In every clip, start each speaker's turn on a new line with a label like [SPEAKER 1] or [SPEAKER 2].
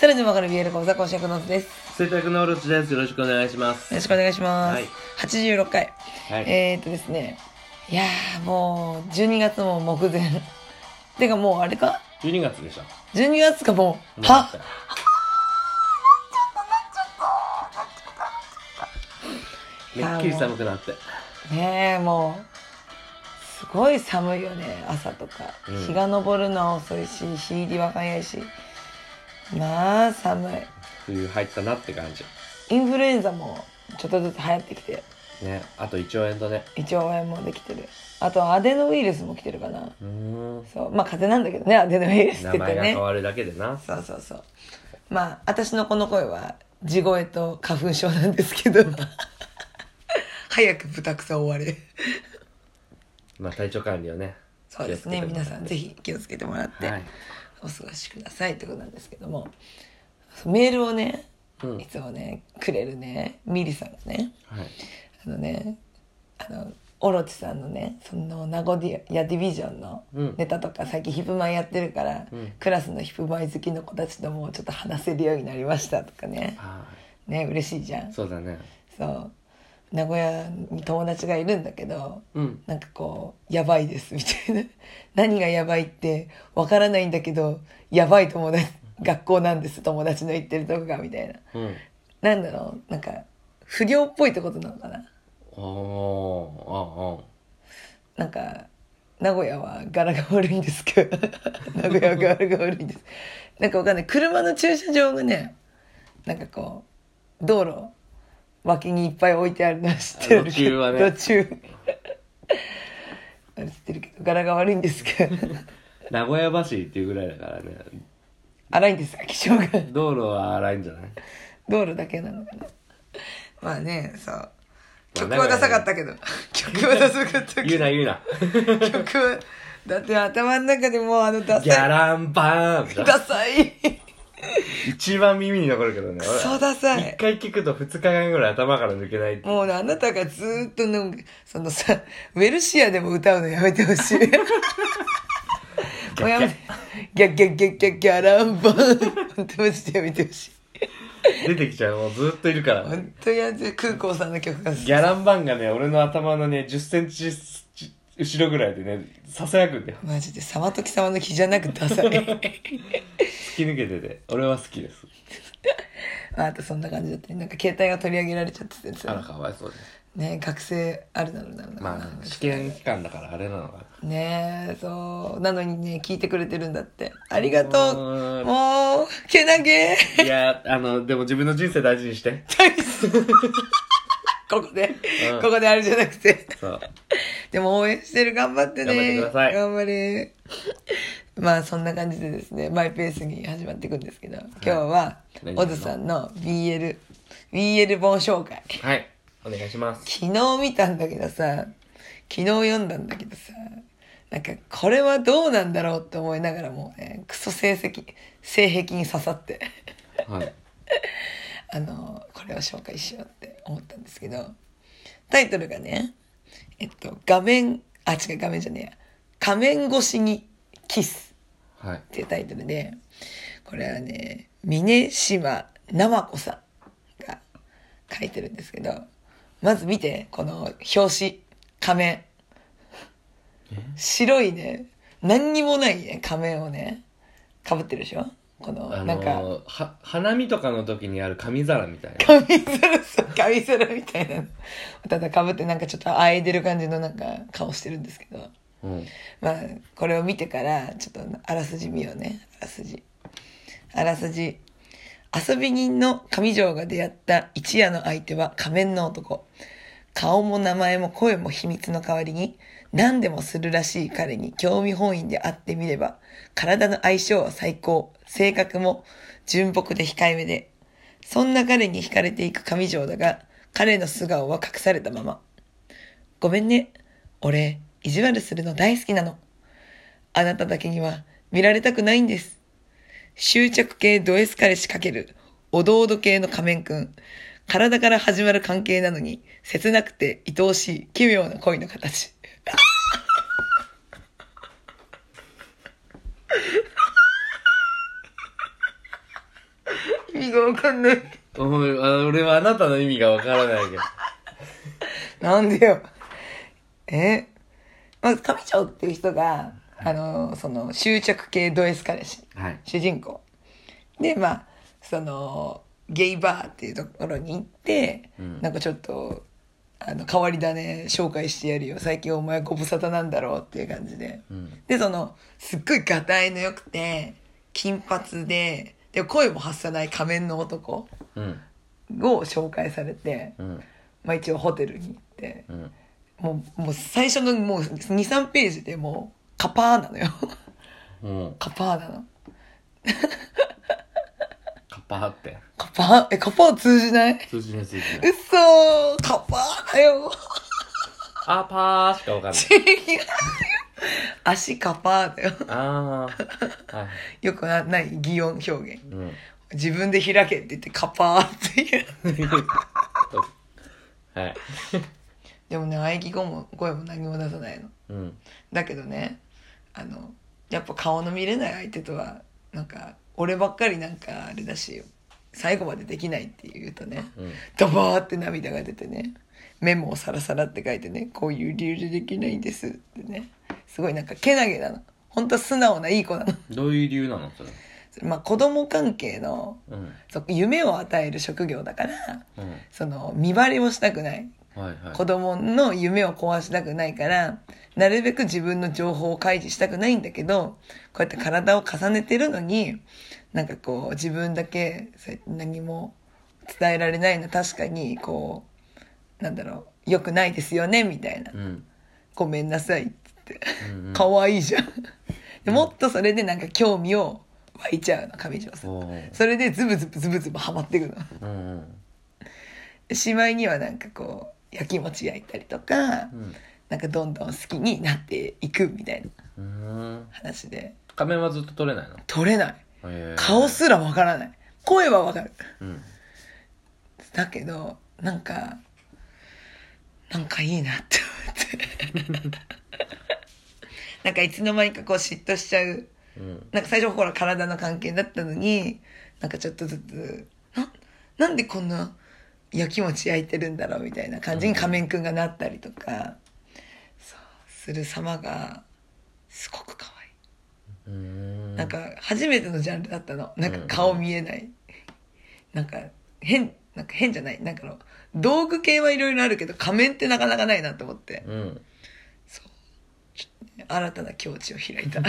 [SPEAKER 1] 彼女もわかる BL 講座講師役の図です。よ
[SPEAKER 2] 生態のオロチです。よろしくお願いします。
[SPEAKER 1] ろしくお願いします。
[SPEAKER 2] はい
[SPEAKER 1] 86回。
[SPEAKER 2] はい
[SPEAKER 1] えー、っとですね。いやー、もう、12月も目前。 てかもう、あれか
[SPEAKER 2] 12月でした。
[SPEAKER 1] ?12 月かもう、
[SPEAKER 2] もう
[SPEAKER 1] は
[SPEAKER 2] あっためっきり寒くなって。
[SPEAKER 1] ねえ、もう、すごい寒いよね、朝とか。
[SPEAKER 2] うん
[SPEAKER 1] 日が昇るのは遅いし、日入りは早いし。まあ、寒い。
[SPEAKER 2] 冬入ったなって感じ。
[SPEAKER 1] インフルエンザも、ちょっとずつ流行ってきて、
[SPEAKER 2] ね。あと1兆円とね。
[SPEAKER 1] 胃腸炎もできてる。あと、アデノウイルスも来てるかな。
[SPEAKER 2] うーん。
[SPEAKER 1] そうまあ風邪なんだけどねアデノウイルスっ
[SPEAKER 2] 名
[SPEAKER 1] て言っ
[SPEAKER 2] 前
[SPEAKER 1] て
[SPEAKER 2] が
[SPEAKER 1] ね
[SPEAKER 2] 変わるだけでな。
[SPEAKER 1] そうそうそうまあ私のこの声は地声と花粉症なんですけど 早く豚草終われ
[SPEAKER 2] まあ体調管理をね。
[SPEAKER 1] そうですね
[SPEAKER 2] 気をつけて
[SPEAKER 1] 皆
[SPEAKER 2] くださ
[SPEAKER 1] さ
[SPEAKER 2] い
[SPEAKER 1] んぜひ気をつけてもらって、
[SPEAKER 2] はい。
[SPEAKER 1] お過ごしくださいってことなんですけどもメールをね
[SPEAKER 2] うん。はい
[SPEAKER 1] つもねくれるねミリさんがね
[SPEAKER 2] い。
[SPEAKER 1] あのねあのオロチさんのねその名護ディやディビジョンの
[SPEAKER 2] うん
[SPEAKER 1] ネタとか、最近ヒップマイやってるから、
[SPEAKER 2] うん
[SPEAKER 1] クラスのヒップマイ好きの子たちともちょっと話せるようになりましたとかね
[SPEAKER 2] は
[SPEAKER 1] ね嬉しいじゃん
[SPEAKER 2] い。そうだね。
[SPEAKER 1] そう名古屋に友達がいるんだけど
[SPEAKER 2] うん。
[SPEAKER 1] なんかこうやばいですみたいな 何がやばいってわからないんだけどやばい友達学校なんです友達の言ってるとこがみたいな
[SPEAKER 2] うん。
[SPEAKER 1] なんだろうなんか不良っぽいってことなのかな
[SPEAKER 2] おー。お
[SPEAKER 1] なんか、名古屋は柄が悪いんですけ ど、名古屋は柄が悪いんです。なんかわかんない。車の駐車場がね、なんかこう、道路、脇にいっぱい置いてあるのは知ってるけど。
[SPEAKER 2] 路中はね
[SPEAKER 1] 路中。 あれ知ってるけど、柄が悪いんですけ ど、
[SPEAKER 2] ーおー名古屋橋っていうぐらいだからね。
[SPEAKER 1] 荒いんですか、気象が。
[SPEAKER 2] 道路は荒いんじゃない
[SPEAKER 1] 道路だけなのかな。まあね、そう。曲
[SPEAKER 2] まあ
[SPEAKER 1] は出さかったけど、曲は出さかった
[SPEAKER 2] 言
[SPEAKER 1] け
[SPEAKER 2] うな言うな。
[SPEAKER 1] ど、 曲は、だって頭の中でもうあのダ
[SPEAKER 2] ギ
[SPEAKER 1] サ
[SPEAKER 2] ャ
[SPEAKER 1] い、
[SPEAKER 2] ランバー ン
[SPEAKER 1] ダサい。
[SPEAKER 2] 一番耳に残るけどね。
[SPEAKER 1] クソダサい
[SPEAKER 2] 一回聞くと二日間ぐらい頭から抜けない。
[SPEAKER 1] もうねあなたがずーっとなんかそのさ、ウェルシアでも歌うのやめてほしい。もうやめて。ギャッギャッギャッギャッギャランバン。本当マジでやめてほしい。
[SPEAKER 2] 出てきちゃう。もうずっとい るから。
[SPEAKER 1] 本当やめて、空港さんの曲が好き
[SPEAKER 2] ギャランバンがね、俺の頭のね、10センチ後ろぐらいでね、ささやくんだよ。
[SPEAKER 1] マジで、様時様の日じゃなくダサい。
[SPEAKER 2] 突き抜けてて。俺は好きです。
[SPEAKER 1] あとそんな感じだったね。なんか携帯が取り上げられちゃってて
[SPEAKER 2] あら、
[SPEAKER 1] さ。
[SPEAKER 2] かわいそうです。
[SPEAKER 1] ね学生あるなのなのかな。
[SPEAKER 2] まあ、試験期間だからあれなのかな。
[SPEAKER 1] ねえ、そう。なのにね、聞いてくれてるんだって。ありがと
[SPEAKER 2] う
[SPEAKER 1] う。
[SPEAKER 2] ーん
[SPEAKER 1] もう、けなげ。
[SPEAKER 2] いや、あの、でも自分の人生大事にして。
[SPEAKER 1] ここで、
[SPEAKER 2] うん
[SPEAKER 1] ここであれじゃなくて。
[SPEAKER 2] そう。
[SPEAKER 1] でも応援してる、頑張ってね。
[SPEAKER 2] 頑張ってください
[SPEAKER 1] 頑張れ。まあそんな感じでですね、マイペースに始まっていくんですけど、今日は、
[SPEAKER 2] 何
[SPEAKER 1] オズさんの BL、BL 本紹介。
[SPEAKER 2] はい。お願いします。
[SPEAKER 1] 昨日見たんだけどさ、昨日読んだんだけどさ、なんかこれはどうなんだろうって思いながらもうね、クソ成績、性癖に刺さって。
[SPEAKER 2] はい。
[SPEAKER 1] あのこれを紹介しようって思ったんですけどタイトルがねえっと画面あ違う画面じゃねえや仮面越しにキス
[SPEAKER 2] はい
[SPEAKER 1] っ。ていうタイトルでこれはね峰島生子さんが書いてるんですけどまず見てこの表紙仮面白いね何にもないね仮面をねかぶってるでしょこの
[SPEAKER 2] あ
[SPEAKER 1] なんか、
[SPEAKER 2] のは、花見とかの時にある紙皿みたい な。
[SPEAKER 1] 紙皿そう紙皿みたいなのただかぶってなんかちょっとあえいでる感じのなんか顔してるんですけど
[SPEAKER 2] うん。
[SPEAKER 1] まあこれを見てからちょっとあらすじ見ようねあらすじあらすじ遊び人の上条が出会った一夜の相手は仮面の男顔も名前も声も秘密の代わりに何でもするらしい彼に興味本位で会ってみれば体の相性は最高性格も純朴で控えめでそんな彼に惹かれていく上条だが彼の素顔は隠されたままごめんね俺意地悪するの大好きなのあなただけには見られたくないんです執着系ド S 彼氏かける、おどおど系の仮面くん。体から始まる関係なのに、切なくて愛おしい奇妙な恋の形。がわかんない。
[SPEAKER 2] おいあ俺はあなたの意味がわからないけど。
[SPEAKER 1] なんでよ。えまず、上条っていう人が、あの、その、執着系ド S 彼氏。
[SPEAKER 2] はい。
[SPEAKER 1] 主人公。で、まあ、その、ゲイバーっていうところに行って、
[SPEAKER 2] うん
[SPEAKER 1] なんかちょっと、あの、変わり種紹介してやるよ。最近お前ご無沙汰なんだろうっていう感じで。
[SPEAKER 2] うん。
[SPEAKER 1] で、その、すっごいガタイの良くて、金髪で、で、声も発さない仮面の男
[SPEAKER 2] うん。
[SPEAKER 1] を紹介されて、
[SPEAKER 2] うん。
[SPEAKER 1] まあ一応ホテルに行って、
[SPEAKER 2] うん。
[SPEAKER 1] もう、もう最初のもう2、3ページでもう、カパーなのよ。
[SPEAKER 2] もう、
[SPEAKER 1] カパーなの。
[SPEAKER 2] カッパーって。
[SPEAKER 1] カパー、え、カパー通じない
[SPEAKER 2] 通じない通じない。
[SPEAKER 1] うそーカパーだよ
[SPEAKER 2] あーパーしかわかんない。
[SPEAKER 1] 違う足カパーだよ。
[SPEAKER 2] あー。はい。
[SPEAKER 1] よくなない擬音表現。
[SPEAKER 2] うん。
[SPEAKER 1] 自分で開けって言ってカパーっていう。
[SPEAKER 2] はい。
[SPEAKER 1] でもね、喘ぎ声も声も何も出さないの。
[SPEAKER 2] うん。
[SPEAKER 1] だけどね、あの、やっぱ顔の見れない相手とは、なんか、俺ばっかりなんかあれだし、最後までできないって言うとね、
[SPEAKER 2] うん。
[SPEAKER 1] ドバーって涙が出てね、メモをサラサラって書いてね、こういう理由でできないんですってね、すごいなんかけなげなの。本当は素直ないい子なの。
[SPEAKER 2] どういう理由なのそれ。
[SPEAKER 1] それまあ子供関係の、
[SPEAKER 2] うん。
[SPEAKER 1] そう夢を与える職業だから、
[SPEAKER 2] うん。
[SPEAKER 1] その、見張りをしたくない。
[SPEAKER 2] はいはい。
[SPEAKER 1] 子供の夢を壊したくないから、なるべく自分の情報を開示したくないんだけど、こうやって体を重ねてるのに、なんかこう、自分だけそうやって何も伝えられないの確かに、こう、なんだろう、良くないですよね、みたいな
[SPEAKER 2] う。ん。
[SPEAKER 1] ごめんなさい、って。
[SPEAKER 2] うんうん。
[SPEAKER 1] 可愛いじゃん。でもっとそれでなんか興味を湧いちゃうの、上条さん。
[SPEAKER 2] おー
[SPEAKER 1] それでズブズブズブズブハマっていくの。
[SPEAKER 2] うんうん。
[SPEAKER 1] しまいにはなんかこう、焼き餅焼いたりとか、
[SPEAKER 2] うん。
[SPEAKER 1] なんかどんどん好きになっていくみたいな
[SPEAKER 2] うーん。
[SPEAKER 1] 話で。
[SPEAKER 2] 仮面はずっと取れないの
[SPEAKER 1] 取れない。
[SPEAKER 2] へー
[SPEAKER 1] 顔すらわからない。声はわかる。
[SPEAKER 2] うん。
[SPEAKER 1] だけど、なんか、なんかいいなって思って。 なんかいつの間にかこう嫉妬しちゃう。
[SPEAKER 2] うん。
[SPEAKER 1] なんか最初ほら体の関係だったのに、なんかちょっとずつ、な、なんでこんな焼き餅焼いてるんだろうみたいな感じに仮面くんがなったりとか、そう、する様が、すごく可愛い。
[SPEAKER 2] うーん。
[SPEAKER 1] なんか初めてのジャンルだったの。なんか顔見えない。なんか変、なんか変じゃない。なんかの道具系はいろいろあるけど仮面ってなかなかないなと思って、
[SPEAKER 2] うん。
[SPEAKER 1] 新たな境地を開いた。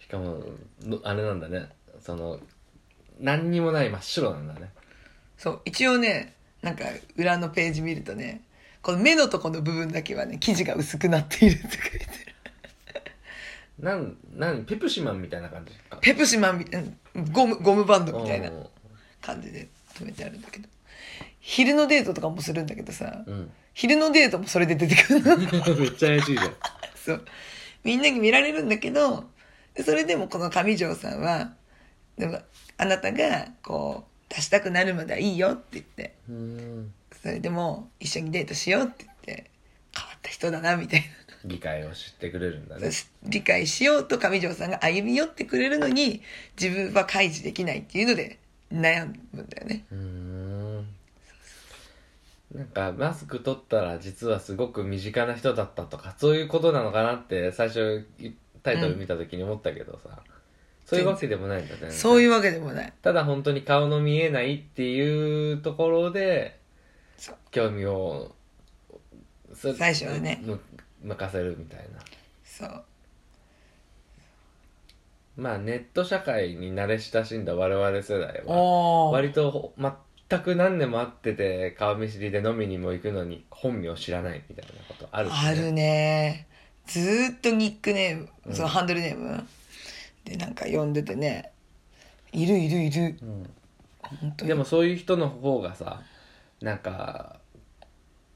[SPEAKER 2] しかも、のあれなんだね。その、何にもない真っ白なんだね。
[SPEAKER 1] そう、一応ね、なんか裏のページ見るとね、この目のとこの部分だけはね、生地が薄くなっているって書いて る。
[SPEAKER 2] なん、なん、ペプシマンみたいな感じか。
[SPEAKER 1] ペプシマンみたいな、ゴム、ゴムバンドみたいな
[SPEAKER 2] うん
[SPEAKER 1] 感じで止めてあるんだけど。昼のデートとかもするんだけどさ、
[SPEAKER 2] うん。
[SPEAKER 1] 昼のデートもそれで出てくる。
[SPEAKER 2] めっちゃ怪しいじゃん。
[SPEAKER 1] そう。みんなに見られるんだけど、それでもこの上条さんは、でも、あなたが、こう、出したくなるまではいいよって言って、
[SPEAKER 2] うーん。
[SPEAKER 1] それでも、一緒にデートしようって言って、変わった人だな、みたい
[SPEAKER 2] 理解を知ってくれるんだ
[SPEAKER 1] な。
[SPEAKER 2] ね。
[SPEAKER 1] 理解しようと上条さんが歩み寄ってくれるのに、自分は開示できないっていうので、悩むんだよね。
[SPEAKER 2] うーん。なんか、マスク取ったら実はすごく身近な人だったとか、そういうことなのかなって最初タイトル見た時に思ったけどさ、そういうわけでもないんだね。
[SPEAKER 1] そういうわけでもない。
[SPEAKER 2] ただ本当に顔の見えないっていうところで
[SPEAKER 1] そう
[SPEAKER 2] 興味をそ
[SPEAKER 1] 最初はね
[SPEAKER 2] む任せるみたいな
[SPEAKER 1] そう。
[SPEAKER 2] まあネット社会に慣れ親しんだ我々世代は
[SPEAKER 1] おー。
[SPEAKER 2] 割とほ全く何年も会ってて顔見知りで飲みにも行くのに本名知らないみたいなことあるしね
[SPEAKER 1] あるねずーっとニックネーム、
[SPEAKER 2] うん
[SPEAKER 1] そのハンドルネームでなんか呼んでてねいるいるいる
[SPEAKER 2] うん
[SPEAKER 1] 本当に
[SPEAKER 2] でもそういう人の方がさなんか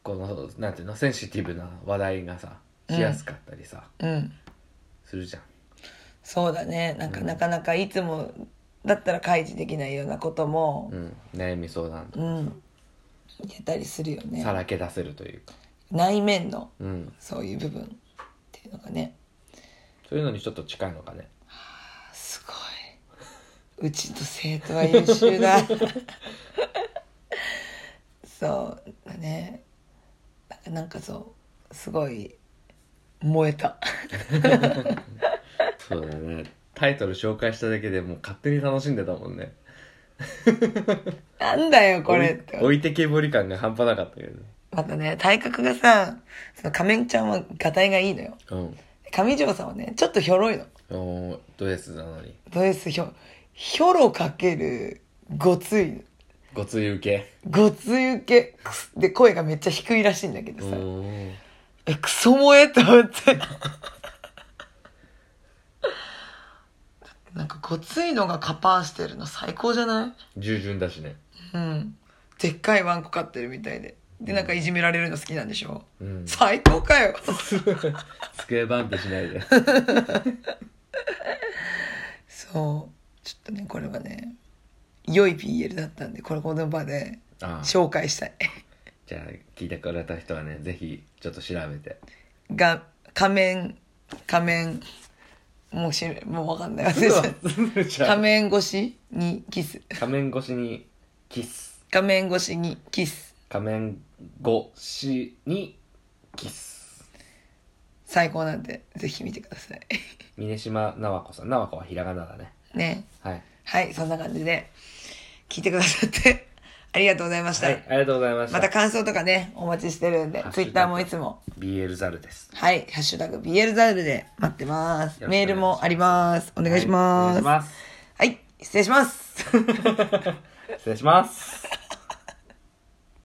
[SPEAKER 2] このなんていうのセンシティブな話題がさしやすかったりさ、
[SPEAKER 1] うん
[SPEAKER 2] するじゃん
[SPEAKER 1] そうだねなんかなかなかいつもだったら開示できないようなことも
[SPEAKER 2] うん、悩み相談
[SPEAKER 1] うん、言えたりするよね
[SPEAKER 2] さらけ出せるというか、
[SPEAKER 1] 内面の
[SPEAKER 2] うん、
[SPEAKER 1] そういう部分っていうのがね
[SPEAKER 2] そういうのにちょっと近いのかね
[SPEAKER 1] すごいうちの生徒は優秀だそうだねなんかなんかそうすごい燃えた
[SPEAKER 2] そうだねタイトル紹介しただけでもう勝手に楽しんでたもんね
[SPEAKER 1] なんだよこれって
[SPEAKER 2] 置い置いてけぼり感が半端なかったけどね
[SPEAKER 1] またね体格がさその仮面ちゃんはがたいがいいのよ
[SPEAKER 2] うん
[SPEAKER 1] 上条さんはねちょっとひょろいの
[SPEAKER 2] おードレスなのに
[SPEAKER 1] ド S ひょひょろかけるごつい
[SPEAKER 2] ごつい受
[SPEAKER 1] ごつゆけくすで声がめっちゃ低いらしいんだけ
[SPEAKER 2] け
[SPEAKER 1] ど
[SPEAKER 2] お
[SPEAKER 1] さ、
[SPEAKER 2] ー
[SPEAKER 1] えクソ萌えって思って なんかごついのがカパーしてるの最高じゃない
[SPEAKER 2] 従順だしね
[SPEAKER 1] うんでっかいワンコ飼ってるみたいででなんかいじめられるの好きなんでしょ、
[SPEAKER 2] うん
[SPEAKER 1] 最高かよ
[SPEAKER 2] 机バンってしないで
[SPEAKER 1] そうちょっとねこれはね良い PL だったんでこれこの場で
[SPEAKER 2] ああ
[SPEAKER 1] 紹介したい
[SPEAKER 2] じゃあ聞いてくれた人はねぜひちょっと調べ て
[SPEAKER 1] が仮面仮面もうしもう分かんない忘れちゃった
[SPEAKER 2] じゃ
[SPEAKER 1] 仮
[SPEAKER 2] あ
[SPEAKER 1] 面越しにキス
[SPEAKER 2] 仮面越しにキス
[SPEAKER 1] 画面越しにキス
[SPEAKER 2] 仮面越しにキス
[SPEAKER 1] 最高なんでぜひ見てください
[SPEAKER 2] 峰島直子さん直子はひらがなだね
[SPEAKER 1] ね
[SPEAKER 2] はい、
[SPEAKER 1] はいそんな感じで聞いてくださって ありがとうございました、
[SPEAKER 2] はい、ありがとうございました
[SPEAKER 1] また感想とかねお待ちしてるんで
[SPEAKER 2] ハッシ
[SPEAKER 1] ツイ
[SPEAKER 2] ュタグ
[SPEAKER 1] ッターもいつも
[SPEAKER 2] BL ザルです
[SPEAKER 1] はい「ハッシュタグ #BL ザール」で待ってます
[SPEAKER 2] よろしくお願いします
[SPEAKER 1] メールもありますお願いします
[SPEAKER 2] はいお願いします
[SPEAKER 1] はい、失礼します
[SPEAKER 2] 失礼します